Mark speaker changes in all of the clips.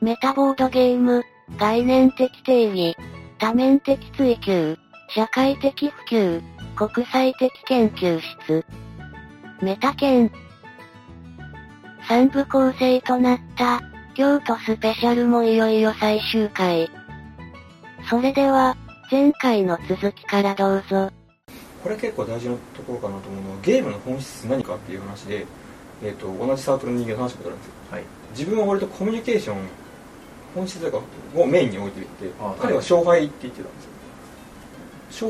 Speaker 1: メタボードゲーム、概念的定義、多面的追求、社会的普及、国際的研究室。メタ研。三部構成となった、京都スペシャルもいよいよ最終回。それでは、前回の続きからどうぞ。
Speaker 2: これ結構大事なところかなと思うのは、ゲームの本質何かっていう話で、えっ、ー、と、同じサークルの人間の話したことあるんですよ。
Speaker 3: はい、
Speaker 2: 自分は割とコミュニケーション、本質とかをメインに置いていて、
Speaker 3: ああはい
Speaker 2: 彼は勝敗って言ってたんですよ。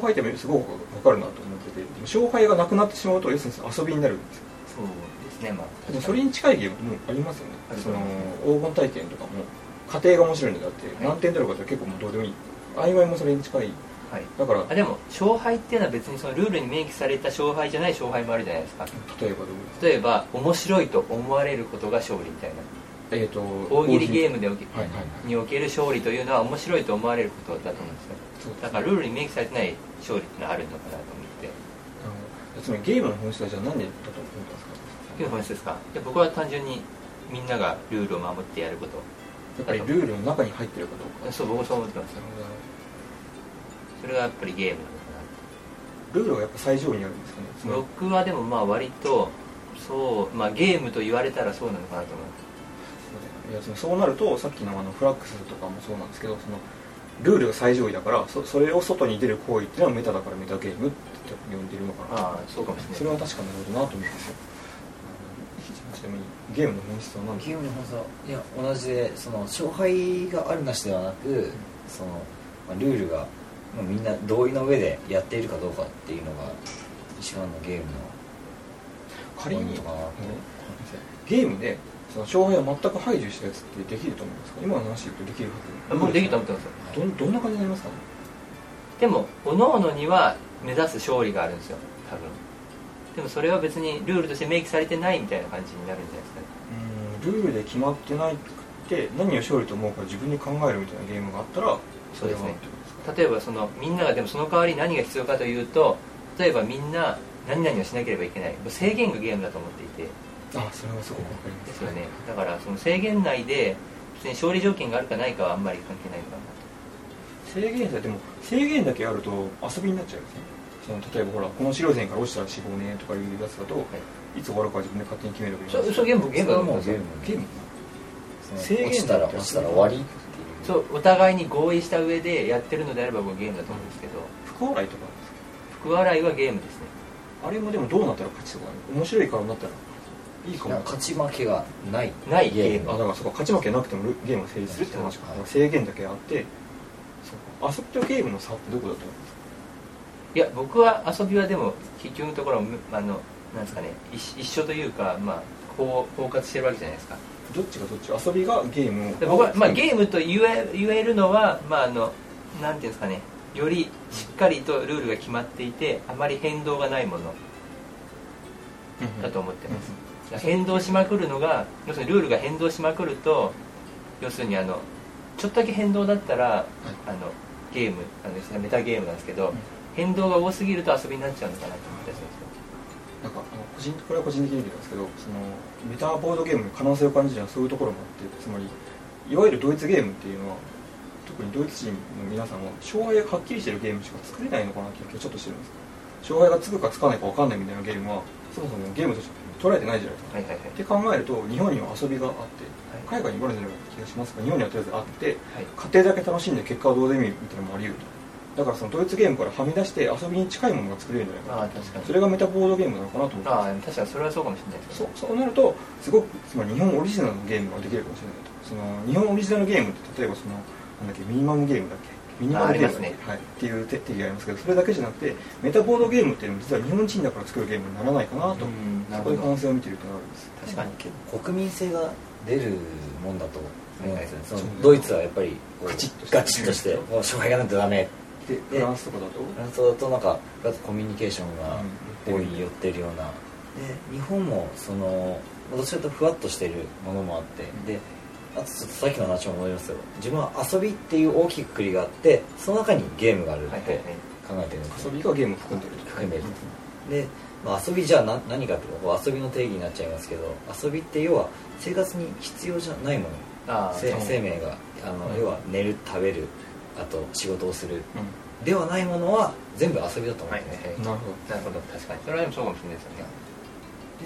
Speaker 2: 勝敗ってすごくわかるなと思ってて、でも勝敗がなくなってしまうと、要するに遊びになるんですよ。
Speaker 3: そうですね、まあ、
Speaker 2: でもそれに近いゲームもありますよね
Speaker 3: あり
Speaker 2: そ
Speaker 3: ま
Speaker 2: の
Speaker 3: すね
Speaker 2: 黄金体験とかも家庭が面白いのであって、
Speaker 3: はい
Speaker 2: 何点取るかって結構もうどうでもいい曖昧もそれに近い
Speaker 3: はい、
Speaker 2: だから
Speaker 3: あでも勝敗っていうのは別にそのルールに明記された勝敗じゃない勝敗もあるじゃないですか
Speaker 2: 例えばどう
Speaker 3: 例えば面白いと思われることが勝利みたいな
Speaker 2: えっ、と
Speaker 3: 大喜利ゲー
Speaker 2: ム
Speaker 3: ムでおけ
Speaker 2: はいはいはい
Speaker 3: における勝利というのは面白いと思われることだと思うんです
Speaker 2: そ
Speaker 3: よ
Speaker 2: うです
Speaker 3: だからルールに明記されてない勝利っていうのはあるのかなと思って
Speaker 2: あのつまりゲームの本質はじゃあ何だと思ってますか
Speaker 3: 今の話ですかいや僕は単純にみんながルールを守ってやるこ
Speaker 2: やっぱりルールの中に入ってるかどう
Speaker 3: と
Speaker 2: か
Speaker 3: そう僕はそう思ってます
Speaker 2: なるほど
Speaker 3: それがやっぱりゲーム
Speaker 2: ル
Speaker 3: なのかな
Speaker 2: ールはやっぱ最上位にあるんですかねつまり
Speaker 3: 僕はでもまあ割とそう、まあ、ゲームと言われたらそうなのかなと思う
Speaker 2: いやそのそうなるとさっきのあのフラックスとかもそうなんですけどそのルールが最上位だからそそれを外に出る行為っていうのはメタだからメタゲームって呼んでいるのかな
Speaker 3: ああそうかもし
Speaker 2: そ
Speaker 3: れ
Speaker 2: れ
Speaker 3: ない
Speaker 2: は確かなるほどなと思うんですよあのでもいいゲームの本質は何です
Speaker 4: ゲームの本質はいや同じでその勝敗があるなしではなくその、まあルールが、まあみんな同意の上でやっているかどうかっていうのが一番のゲームの
Speaker 2: 仮に、
Speaker 4: ポイントかなと
Speaker 2: ゲームでその勝敗を全く排除したやつってできると思いますか今の話で言うとできるはず
Speaker 3: もうできたと思ってます
Speaker 2: ど
Speaker 3: よ
Speaker 2: んどんな感じになりますかね
Speaker 3: でも各々には目指す勝利があるんですよ多分でもそれは別にルールとして明記されてないみたいな感じになるんじゃないです
Speaker 2: う
Speaker 3: かね
Speaker 2: んルールで決まってないって何を勝利と思うか自分に考えるみたいなゲームがあったらそれは
Speaker 3: そうですね
Speaker 2: ってことですか
Speaker 3: 例えばそのみんながでもその代わり何が必要かというと例えばみんな何々をしなければいけないもう制限がゲームだと思っていて
Speaker 2: あそれはすごくわかります
Speaker 3: ですよねだからその制限内で別に勝利条件があるかないかはあんまり関係ないのかな
Speaker 2: 制限さでも制限だけあると遊びになっちゃうんですねその例えばほらこの白線から落ちたら死亡ねとかいうやつだと、い、つ終わるかは自分で勝手に決めればいい
Speaker 3: とそうそうゲームゲームだと思うんですよ
Speaker 2: ゲーム
Speaker 4: その
Speaker 2: 制限
Speaker 4: 落ちたら
Speaker 2: だって
Speaker 4: 落ちたら終わりっていう
Speaker 3: そうお互いに合意した上でやってるのであれば僕はゲームだと思うんですけど
Speaker 2: 福笑いとかあるんです
Speaker 3: 福笑いはゲームですね
Speaker 2: けどあれもでもどうなったら勝ちとかある面白いからなったらいいか
Speaker 4: いや
Speaker 2: も
Speaker 4: 勝ち負けがない
Speaker 3: ないゲーム
Speaker 2: あだからそうか勝ち負けなくてもルゲームが成立するって話か、
Speaker 4: はい
Speaker 2: 制限だけあってそうか遊びとゲームの差ってどこだと思いますか
Speaker 3: いや僕は遊びはでも結局のところむあのなんですかね一一緒というかまあこう包括してるわけじゃないですか
Speaker 2: どっちがどっち遊びがゲームを
Speaker 3: で僕は、まあ、ゲームと言え言えるのはまああのなんていうんですかねよりしっかりとルールが決まっていてあまり変動がないもの
Speaker 2: ム
Speaker 3: だと思ってます、
Speaker 2: うん
Speaker 3: だから変動しまくるのが要するにルールが変動しまくると要するにあのちょっとだけ変動だったら、あのゲームあの要するにメタゲームなんですけど、
Speaker 2: うん
Speaker 3: 変動が多すぎると遊びになっちゃうのかなと思ったりするんですよ
Speaker 2: なんかあの個人これは個人的に見てですけどそのメタボードゲームの可能性を感じるのはそういうところもあってつまりいわゆるドイツゲームっていうのは特にドイツ人の皆さんは勝敗がはっきりしてるゲームしか作れないのかなっていう気がちょっとしてるんです勝敗がつくかつかないか分かんないみたいなゲームはそもそもゲームとして捉えてないじゃないですか
Speaker 3: はいはいは
Speaker 2: っ
Speaker 3: い
Speaker 2: て考えると日本には遊びがあって海外にもあるんじゃないかって気がしますが日本にはとりあえずあって
Speaker 3: はい
Speaker 2: 家庭だけ楽しんで結果はどうでもいいみたいなのもあり得るとだからそのドイツゲームからはみ出して遊びに近いものが作れるんじゃないかな
Speaker 3: ああ確かに
Speaker 2: それがメタボードゲームなのかなと思って
Speaker 3: ああ確かにそれはそうかもしれないです
Speaker 2: そ
Speaker 3: ね
Speaker 2: うそうなるとすごくつまり日本オリジナルのゲームができるかもしれないとその日本オリジナルゲームって例えばそのなんだっけミニマムゲームだっけミニマムゲームだっけ、
Speaker 3: ああります
Speaker 2: はい、っていう定義がありますけどそれだけじゃなくてメタボードゲームっていうのも実は日本人だから作るゲームにならないかなと
Speaker 3: うんな
Speaker 2: そこ
Speaker 3: るほ
Speaker 2: で
Speaker 3: ど
Speaker 2: 可能性を見てるってなるんです
Speaker 3: 確かに
Speaker 4: 結構国民性が出るもんだと思うんですよねそ
Speaker 2: そう
Speaker 4: のドイツはやっぱりこう
Speaker 2: ガチッとして
Speaker 4: ガチッとしてもう勝敗がないとダメ
Speaker 2: でフランスとかだと、
Speaker 4: フランスだとなんかコミュニケーションが
Speaker 2: うん
Speaker 4: 多い寄ってるようなで日本もそのどちらかというとふわっとしてるものもあってであとちょっとさっきの話も戻りますけど自分は遊びっていう大きくくりがあってその中にゲームがあるって
Speaker 3: はい
Speaker 4: 考
Speaker 3: はいはい
Speaker 4: えてるんです
Speaker 2: 遊
Speaker 4: よ
Speaker 2: びがゲームを含んでると
Speaker 4: 含めるで、まあ、遊びじゃな何かってこう遊びの定義になっちゃいますけど遊びって要は生活に必要じゃないもの
Speaker 3: ああ
Speaker 4: せ
Speaker 3: そう
Speaker 4: 生命があの、
Speaker 3: うん
Speaker 4: 要は寝る食べるあと仕事をする
Speaker 2: うん
Speaker 4: ではないものは全部遊びだと思うんですね、
Speaker 3: はい
Speaker 2: なるほど
Speaker 3: なるほど確かにそれはでもそうかもしれないですよね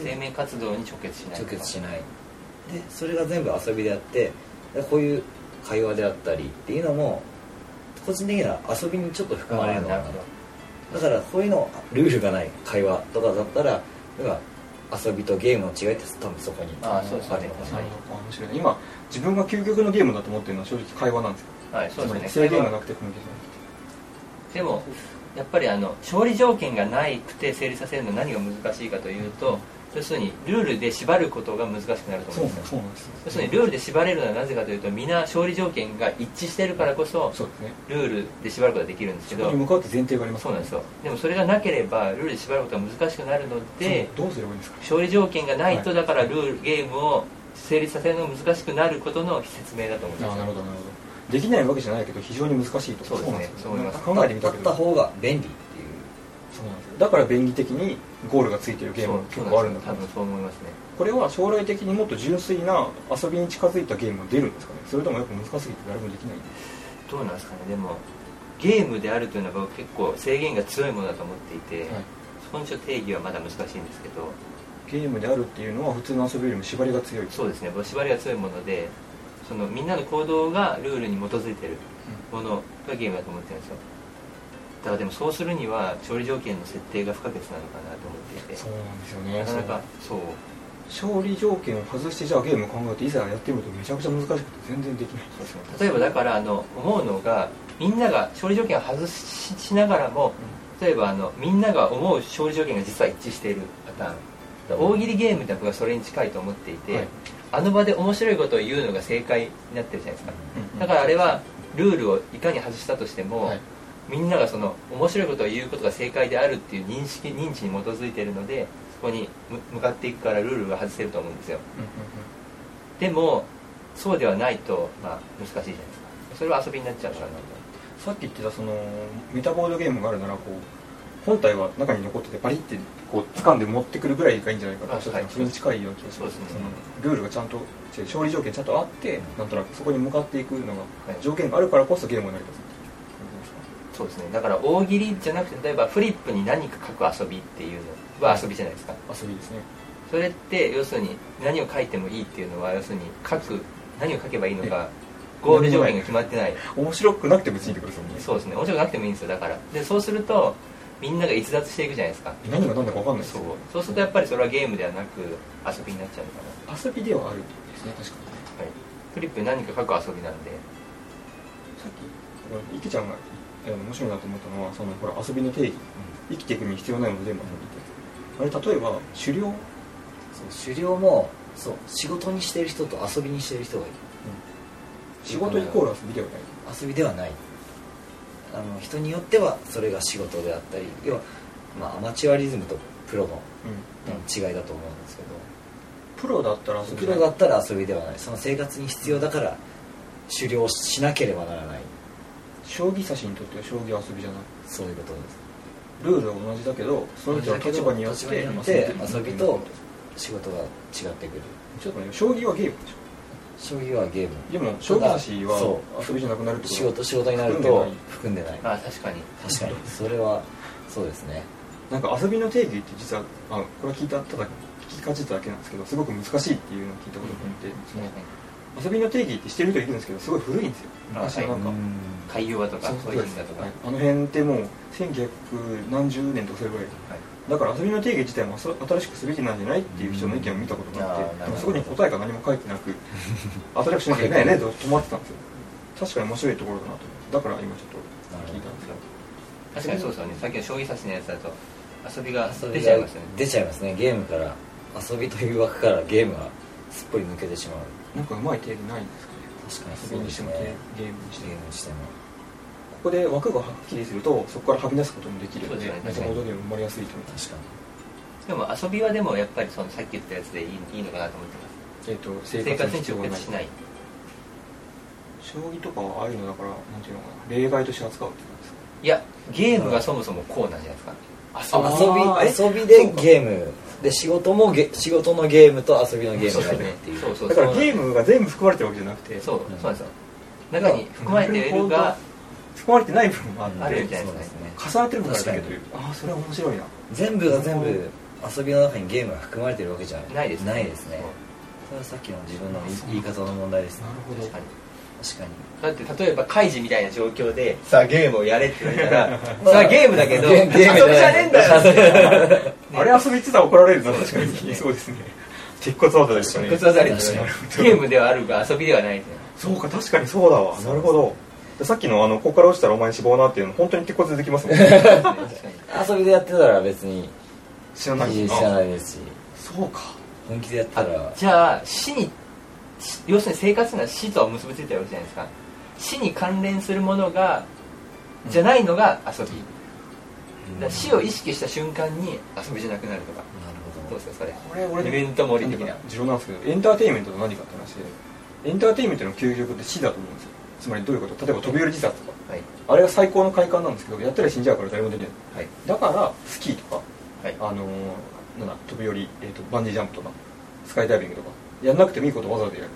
Speaker 3: 生命活動に直結しない
Speaker 4: 直結しないでそれが全部遊びであってでこういう会話であったりっていうのも個人的には遊びにちょっと含まれるのか
Speaker 3: な
Speaker 4: な
Speaker 3: るほど
Speaker 4: だからこういうのルールがない会話とかだったら要は遊びとゲームの違いって多分そこに
Speaker 3: あそうですね
Speaker 4: あるのかな
Speaker 3: は
Speaker 2: ないるほどあ面白いね今自分が究極のゲームだと思ってるのは正直会話なんですよ
Speaker 3: はいそう
Speaker 2: つま
Speaker 3: で
Speaker 2: り
Speaker 3: すね
Speaker 2: 制限がなくてコミュニケーション
Speaker 3: でもやっぱりあの勝利条件がないくて成立させるのは何が難しいかというと要するにルールで縛ることが難しくなると思うんですよ
Speaker 2: そうなんです
Speaker 3: 要するにルールで縛れるのはなぜかというと皆勝利条件が一致してるからこそ
Speaker 2: そうですね
Speaker 3: ルールで縛ることができるんですけ
Speaker 2: そこ
Speaker 3: ど
Speaker 2: に向かうって前提があります
Speaker 3: そうなんですよでもそれがなければルールで縛ることが難しくなるので
Speaker 2: そうどうすればいいんですか
Speaker 3: 勝利条件がないと
Speaker 2: はい
Speaker 3: だからルールゲームを成立させるのが難しくなることの説明だと思うんです
Speaker 2: ああなる
Speaker 3: よ
Speaker 2: ほどなるほどできないわけじゃないけど非常に難しいと
Speaker 3: そうですね
Speaker 2: なん
Speaker 3: そう思います
Speaker 2: 考えてみたけ
Speaker 4: だっ
Speaker 2: ど
Speaker 4: た
Speaker 2: そう
Speaker 4: 方が便利っていう
Speaker 2: なんですよだから便宜的にゴールがついてるゲームが結構あるんだと
Speaker 3: 多
Speaker 2: 思うん
Speaker 3: 分
Speaker 2: です
Speaker 3: そう思いますね
Speaker 2: これは将来的にもっと純粋な遊びに近づいたゲームが出るんですかねそれともやっぱ難しすぎて誰もできない
Speaker 3: どうなんですかねでもゲームであるというのは僕結構制限が強いものだと思っていて、
Speaker 2: はい
Speaker 3: そこにちょっと定義はまだ難しいんですけど
Speaker 2: ゲームであるっていうのは普通の遊びよりも縛りが強い
Speaker 3: そうですね僕縛りが強いものでそのみんなの行動がルールに基づいてるものがゲームだと思ってるんですよだからでもそうするには調理条件の設定が不可欠なのかなと思っていて
Speaker 2: そうなんですよね
Speaker 3: なかなかそう
Speaker 2: 勝利条件を外してじゃあゲーム考えていざやってみるとめちゃくちゃ難しくて全然できない
Speaker 3: そうですね例えばだからあの思うのがみんなが勝利条件を外ししながらも例えばあのみんなが思う勝利条件が実は一致しているパターン大喜利ゲームって僕はそれに近いと思っていて、
Speaker 2: はい
Speaker 3: あの場で面白いことを言うのが正解になってるじゃないですか、
Speaker 2: うん
Speaker 3: だからあれはルールをいかに外したとしても、
Speaker 2: はい
Speaker 3: みんながその面白いことを言うことが正解であるっていう認識認知に基づいているのでそこにむ向かっていくからルールが外せると思うんですよでもそうではないと、まあ、難しいじゃないですかそれは遊びになっちゃうからなと
Speaker 2: さっき言ってたそのメタボードゲームがあるならこう本体は中に残っててパリってこう掴んで持ってくるぐらいがいいんじゃないか
Speaker 3: あ
Speaker 2: なそ
Speaker 3: はい
Speaker 2: それに近いような気がし
Speaker 3: そう
Speaker 2: ま
Speaker 3: ですすね
Speaker 2: そのルールがちゃんと違う勝利条件ちゃんとあってなんとなくそこに向かっていくのが
Speaker 3: はい
Speaker 2: 条件があるからこそゲームになります
Speaker 3: そうですねだから大喜利じゃなくて例えばフリップに何か書く遊びっていうのは遊びじゃないですか
Speaker 2: 遊びですね
Speaker 3: それって要するに何を書いてもいいっていうのは要するに書く何を書けばいいのかゴール条件が決まってない
Speaker 2: 面白くなくてもついてくるそうね
Speaker 3: そうですね面白くなくてもいいんですよだからでそうするとみんなが逸脱していくじゃないですか
Speaker 2: 何が何だか分かんないです
Speaker 3: そう
Speaker 2: よ
Speaker 3: そうするとやっぱりそれはゲームではなく遊びになっちゃうのか
Speaker 2: 遊びではあるですね確かに
Speaker 3: な、はい、フリップに何か書く遊びなんで
Speaker 2: さっき池ちゃんがえー面白いなと思ったのはそのほら遊びの定義、生きていくに必要ないもの全部遊びってあれ例えば狩猟
Speaker 4: そう狩猟もそう仕事にしてる人と遊びにしてる人がいる
Speaker 2: 仕事イコール遊びではない
Speaker 4: 遊びではないあの人によってはそれが仕事であったり要は、まあ、アマチュアリズムとプロの違いだと思うんですけど
Speaker 2: プロだったら遊び
Speaker 4: プ
Speaker 2: じゃ
Speaker 4: ロ
Speaker 2: な
Speaker 4: だ
Speaker 2: い
Speaker 4: ったら遊びではないその生活に必要だから狩猟しなければならない
Speaker 2: 将棋指しにとっては将棋は遊びじゃない
Speaker 4: そういうことです
Speaker 2: ルールは同じだけどその人の立場によって
Speaker 4: 立場によって
Speaker 2: まあ
Speaker 4: 遊びと仕事が違ってくる
Speaker 2: ちょっと待って将棋はゲームでし
Speaker 4: 将棋はゲーム
Speaker 2: ょでも将棋指しは
Speaker 4: そ
Speaker 2: 遊びじゃなくなるってこと
Speaker 4: 仕事仕事になると含んでない
Speaker 3: ああ確かに
Speaker 4: 確かにそれはそうですね
Speaker 2: なんか遊びの定義って実はあこれは聞いたただ聞きかじっただけなんですけどすごく難しいっていうのを聞いたことがあって、その遊びの定義ってしてる人いるんですけどすごい古いんですよ
Speaker 3: あ
Speaker 2: 昔のなんか、
Speaker 3: 海洋話とか
Speaker 2: そう
Speaker 3: そういうのだとか、
Speaker 2: は
Speaker 3: はいい
Speaker 2: あの辺ってもう1900何十年とかそれぐらいだから遊びの定義自体もそ新しくすべきなんじゃないっていう人の意見を見たことがあ
Speaker 3: うんあ
Speaker 2: っ
Speaker 3: ー
Speaker 2: て
Speaker 3: な
Speaker 2: で
Speaker 3: るほど
Speaker 2: もそこに答えが何も書いてなく新しくしなきゃいけないねと止まってたんですよ確かに面白いところだなと思ってだから今ちょっと聞いたんですよ
Speaker 3: 確かにそうですよねさっきの将棋指しのやつだと遊びが
Speaker 4: 遊び
Speaker 3: 出
Speaker 4: が
Speaker 3: ちゃいますよね
Speaker 4: 出ちゃいますねゲームから遊びという枠からゲームがすっぽり抜けてしまう
Speaker 2: なんかうまい定義ないんですかね
Speaker 4: 確かに
Speaker 2: 遊びにしてもゲー
Speaker 4: ね
Speaker 2: ゲームにして
Speaker 4: ゲ
Speaker 2: も
Speaker 4: ームにしても
Speaker 2: ここで枠がはっきりするとそこからはみ出すこともできるので
Speaker 3: そうですね
Speaker 2: メタボードゲーム生まれやすいと思います
Speaker 4: 確か
Speaker 3: でも遊びはでもやっぱりそのさっき言ったやつでいいいいのかなと思ってます
Speaker 2: えっと
Speaker 3: 生
Speaker 2: 生活
Speaker 3: 活
Speaker 2: に
Speaker 3: に
Speaker 2: 必要が
Speaker 3: 直
Speaker 2: な
Speaker 3: 結
Speaker 2: い
Speaker 3: しない
Speaker 2: 将棋とかはああいうのだからなんていうのかな例外として扱うって感じですか
Speaker 3: いやゲームがそもそもこうなんじゃないですか
Speaker 2: あーえ
Speaker 4: 遊び遊
Speaker 2: そ
Speaker 4: びで
Speaker 2: うか
Speaker 4: ゲームで仕事もゲ仕事のゲームと遊びのゲームがあるっていう
Speaker 3: そうそう
Speaker 2: だからゲームが全部含まれてるわけじゃなくて
Speaker 3: そう
Speaker 4: うん
Speaker 3: そうなんですよ中に含まれているが
Speaker 2: 含まれてない部分もあって
Speaker 3: あるみたいな
Speaker 4: そうですね
Speaker 2: 重なってる部分があるだけというああそれは面白いな
Speaker 4: 全部が全部遊びの中にゲームが含まれてるわけじゃ
Speaker 3: ないですね
Speaker 4: ないですねそれはさっきの自分の言い言い方の問題ですね
Speaker 2: ほ
Speaker 3: 確かに
Speaker 4: 確かに
Speaker 3: だって例えばカイジみたいな状況でさあゲームをやれって言われた ら
Speaker 4: まあ
Speaker 3: さあゲームだけど
Speaker 4: ゲ
Speaker 3: 遊
Speaker 4: ー
Speaker 3: び
Speaker 4: ム
Speaker 3: じ
Speaker 4: ゲー
Speaker 3: ゃ
Speaker 4: ムじゃない
Speaker 3: ねえんだよって
Speaker 2: あれ遊びってたら怒られるな確か
Speaker 3: そうですね
Speaker 2: にそうですね鉄骨技ですかね
Speaker 3: ぶつ技ですよね
Speaker 4: なる
Speaker 3: ゲームではあるが遊びではないですね
Speaker 2: そうか確かにそうだわなるほどでさっきのあの「ここから落ちたらお前死亡な」っていうの本当に鉄骨でできますもん
Speaker 3: 確かに
Speaker 4: 遊びでやってたら別に
Speaker 2: 知らない
Speaker 4: 知らないですし
Speaker 2: そうか
Speaker 4: 本気でやったら
Speaker 3: じゃあ死にし要するに生活には死とは結びついてるわけじゃないですか死に関連するものがじゃないのが遊び、だから死を意識した瞬間に遊びじゃなくなるとか
Speaker 4: な
Speaker 3: ど
Speaker 4: るほ
Speaker 3: うですかそれ
Speaker 2: これ俺
Speaker 3: イベント森的な
Speaker 2: 持論なんですけどエンターテインメントと何かって話でエンターテインメントの究極って死だと思うんですよつまりどういうこと例えば飛び降り自殺とか
Speaker 3: はい
Speaker 2: あれが最高の快感なんですけどやったら死んじゃうから誰もできない
Speaker 3: はい
Speaker 2: だからスキーとか
Speaker 3: はい
Speaker 2: あのーなんだ飛び降り、えー、とバンジージャンプとかスカイダイビングとかやんなくてもいいことをわざわざやる、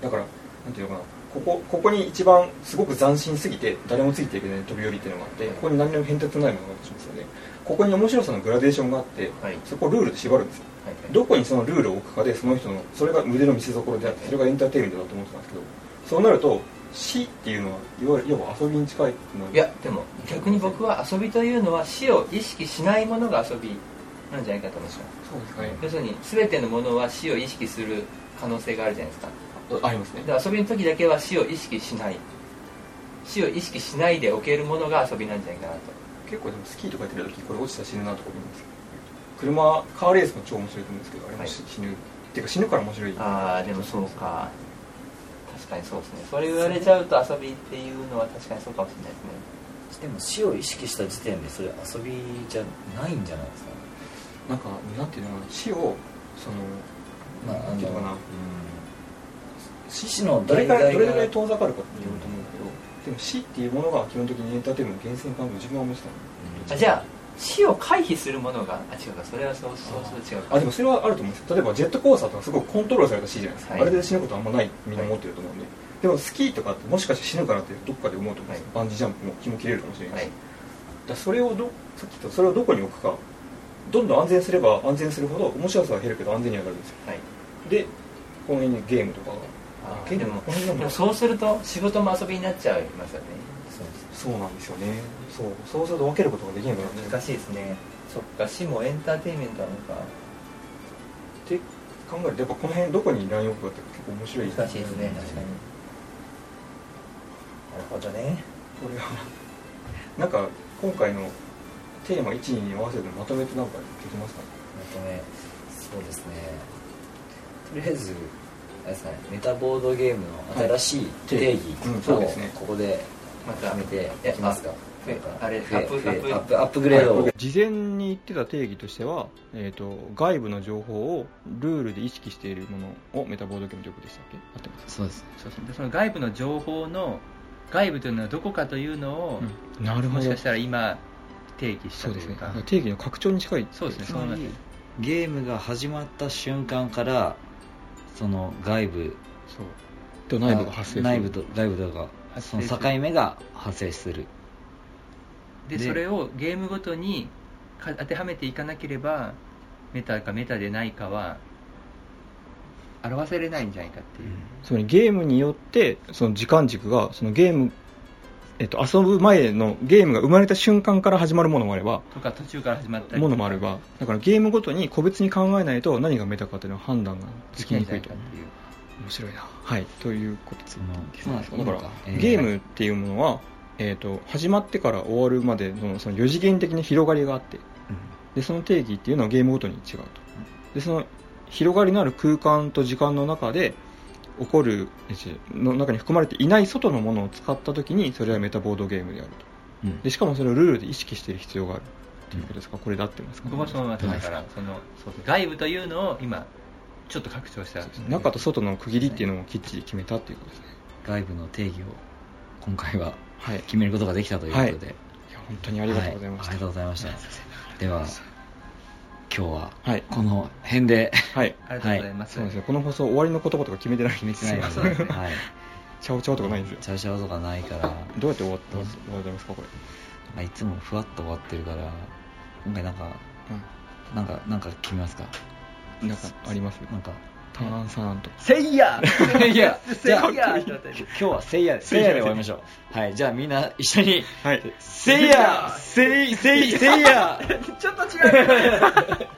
Speaker 2: だからなんていうのかなここここに一番すごく斬新すぎて誰もついていけない飛び降りっていうのがあって、
Speaker 3: はい
Speaker 2: ここに何の変哲もないものがあるんですよねここに面白さのグラデーションがあって、
Speaker 3: はい
Speaker 2: そこをルールで縛るんですよ
Speaker 3: はいはい
Speaker 2: どこにそのルールを置くかでその人のそれが腕の見せ所であってそれがエンターテインメントだと思ってたんですけどそうなると死っていうのはいわゆる要は遊びに近いの
Speaker 3: いやでも逆に僕は遊びというのは死を意識しないものが遊びなんじゃないかと思うんですよ
Speaker 2: そうですかね
Speaker 3: 要するに全てのものは死を意識する可能性があるじゃないですか
Speaker 2: あありますね
Speaker 3: で遊びの時だけは死を意識しない死を意識しないで置けるものが遊びなんじゃないかなと
Speaker 2: 結構でもスキーとかやってる時これ落ちたら死ぬなとか思いますけど車カーレースも超面白いと思うんですけどあれもし、
Speaker 3: は
Speaker 2: 死ぬっていうか死ぬから面白い
Speaker 3: ああでもそうか確かにそうですねそれ言われちゃうと遊びっていうのは確かにそうかもしれないですね
Speaker 4: どでも死を意識した時点でそれ遊びじゃないんじゃないですか
Speaker 2: なんかなんていうのかな死をその、
Speaker 4: まあ
Speaker 2: な
Speaker 4: あ
Speaker 2: んていうのかな
Speaker 4: の死の
Speaker 2: どれ
Speaker 4: 代
Speaker 2: からどれ
Speaker 4: 々
Speaker 2: ぐらい
Speaker 4: が
Speaker 2: 遠ざかるかっていうこと思うんだけど、でも死っていうものが基本的にエンターテインメントの源泉感度自分は思ってたの
Speaker 3: あじゃあ死を回避するものがあ違うかそれはそうそうそう違うか
Speaker 2: あでもそれはあると思うんですよ例えばジェットコースターとかすごくコントロールされた死じゃないですか、
Speaker 3: はい
Speaker 2: あれで死ぬことあんまないみんな思ってると思うんで、でもスキーとかってもしかして死ぬかなってどっかで思うと思うんですよ、バンジージャンプも気も切れるかもしれない
Speaker 3: は
Speaker 2: し、
Speaker 3: い
Speaker 2: だからそれをどさっき言ったそれをどこに置くかどんどん安全すれば安全するほど面白さは減るけど安全に上がるんですよ
Speaker 3: はい
Speaker 2: でこの辺にゲームとか
Speaker 3: あー
Speaker 2: ゲ
Speaker 3: で
Speaker 2: ーム
Speaker 3: も
Speaker 2: この辺なん
Speaker 3: でも
Speaker 2: だ
Speaker 3: そうすると仕事も遊びになっちゃいますよね
Speaker 4: そうです
Speaker 2: そうなんですよねそうそうすると分けることができなくなっちゃうっ
Speaker 3: しいですねそっか死もエンターテインメントなのか
Speaker 2: て考えるとやっぱこの辺どこにラインを置くかって結構面白い
Speaker 3: 難しいですね
Speaker 4: 確
Speaker 3: 確
Speaker 4: か
Speaker 3: か
Speaker 4: に
Speaker 3: に
Speaker 4: なるほどね
Speaker 2: これはなんか今回のテーマ1に合わせてまとめてなんかできますかね
Speaker 4: まとめそうですねとりあえずあれですかねメタボードゲームの新しい定義
Speaker 2: うんそう
Speaker 4: を
Speaker 2: ですね
Speaker 4: ここで
Speaker 3: ま
Speaker 4: 決
Speaker 3: た
Speaker 4: めていきますか
Speaker 3: えああれ
Speaker 4: なんか
Speaker 3: アップ
Speaker 4: 増え
Speaker 3: アップ
Speaker 4: アップアップグレードを
Speaker 2: 事前に言ってた定義としては、えー、と外部の情報をルールで意識しているものをメタボードゲームということでしたっけ合ってます
Speaker 4: そうです
Speaker 3: そうそうでその外部の情報の外部というのはどこかというのを、
Speaker 2: なる
Speaker 3: もしかしたら今定義した
Speaker 2: そう
Speaker 3: と
Speaker 2: です
Speaker 3: い
Speaker 2: ね
Speaker 3: うか
Speaker 2: 定義の拡張に近い
Speaker 3: そうですね
Speaker 4: つ
Speaker 3: そう
Speaker 4: ま
Speaker 3: なんで
Speaker 4: り
Speaker 3: す
Speaker 4: ゲームが始まった瞬間からその外部
Speaker 2: そうと内部が発生する
Speaker 4: 内部と外部とか
Speaker 3: 発
Speaker 4: そ
Speaker 3: 生
Speaker 4: の
Speaker 3: する
Speaker 4: 境目が発生する
Speaker 3: で
Speaker 4: で
Speaker 3: それをゲームごとにか当てはめていかなければメタかメタでないかは表せれないんじゃないかっていう、
Speaker 2: つまりゲームによってその時間軸がそのゲーム、えっと、遊ぶ前のゲームが生まれた瞬間から始まるものもあれば
Speaker 3: とか途中から始まったり
Speaker 2: ものもあればだからゲームごとに個別に考えないと何がメタかというのは判断がつき
Speaker 3: ない
Speaker 2: に
Speaker 3: んじゃ
Speaker 2: くと
Speaker 3: ないいかっていう
Speaker 2: 面白いなはいということです
Speaker 4: そのまあ
Speaker 2: だか、
Speaker 4: いいのからえー
Speaker 2: ゲームっていうものは、えっと始まってから終わるまでのその4次元的な広がりがあってでその定義っていうのはゲームごとに違うとでその広がりのある空間と時間の中で起こるえーの中に含まれていない外のものを使った時にそれはメタボードゲームであると
Speaker 4: うん
Speaker 2: でしかもそれをルールで意識している必要があるっていうことですか、これで合ってますか
Speaker 3: 僕もそのままだからその外部というのを今ちょっと拡張した
Speaker 2: そうですね中と外の区切りっていうのもきっちり決めたっていうことですね
Speaker 4: 外部の定義を今回は
Speaker 2: はい
Speaker 4: 決めることができたということで、
Speaker 2: いや本当にありがとうございま
Speaker 4: は
Speaker 2: し
Speaker 4: ありがとうございましたでは今日は
Speaker 2: はい
Speaker 4: この辺で
Speaker 2: たはい
Speaker 3: ありがとうございます。
Speaker 2: そうなんですよこの放送終わりの言葉とか決めてないんです
Speaker 4: 決めてない
Speaker 2: す
Speaker 4: の
Speaker 2: いま
Speaker 4: で、
Speaker 2: せん
Speaker 4: はい、
Speaker 2: ちゃおちゃおとかないんですよ
Speaker 4: チャウチャウとかないから、
Speaker 2: どうやって終わってます終わりますかこれ
Speaker 4: まあ、いつもふわっと終わってるから今回なんかなんかなんか決めますか
Speaker 2: うんなんかあります
Speaker 4: なんか
Speaker 2: ターンサーンとか
Speaker 4: せいやいやじゃあ
Speaker 3: いやーってなったり
Speaker 4: 今日はせいやせいやで終わりましょうはいじゃあみんな一緒に
Speaker 2: はい
Speaker 4: せいやせいせいせいや
Speaker 3: ちょっと違う。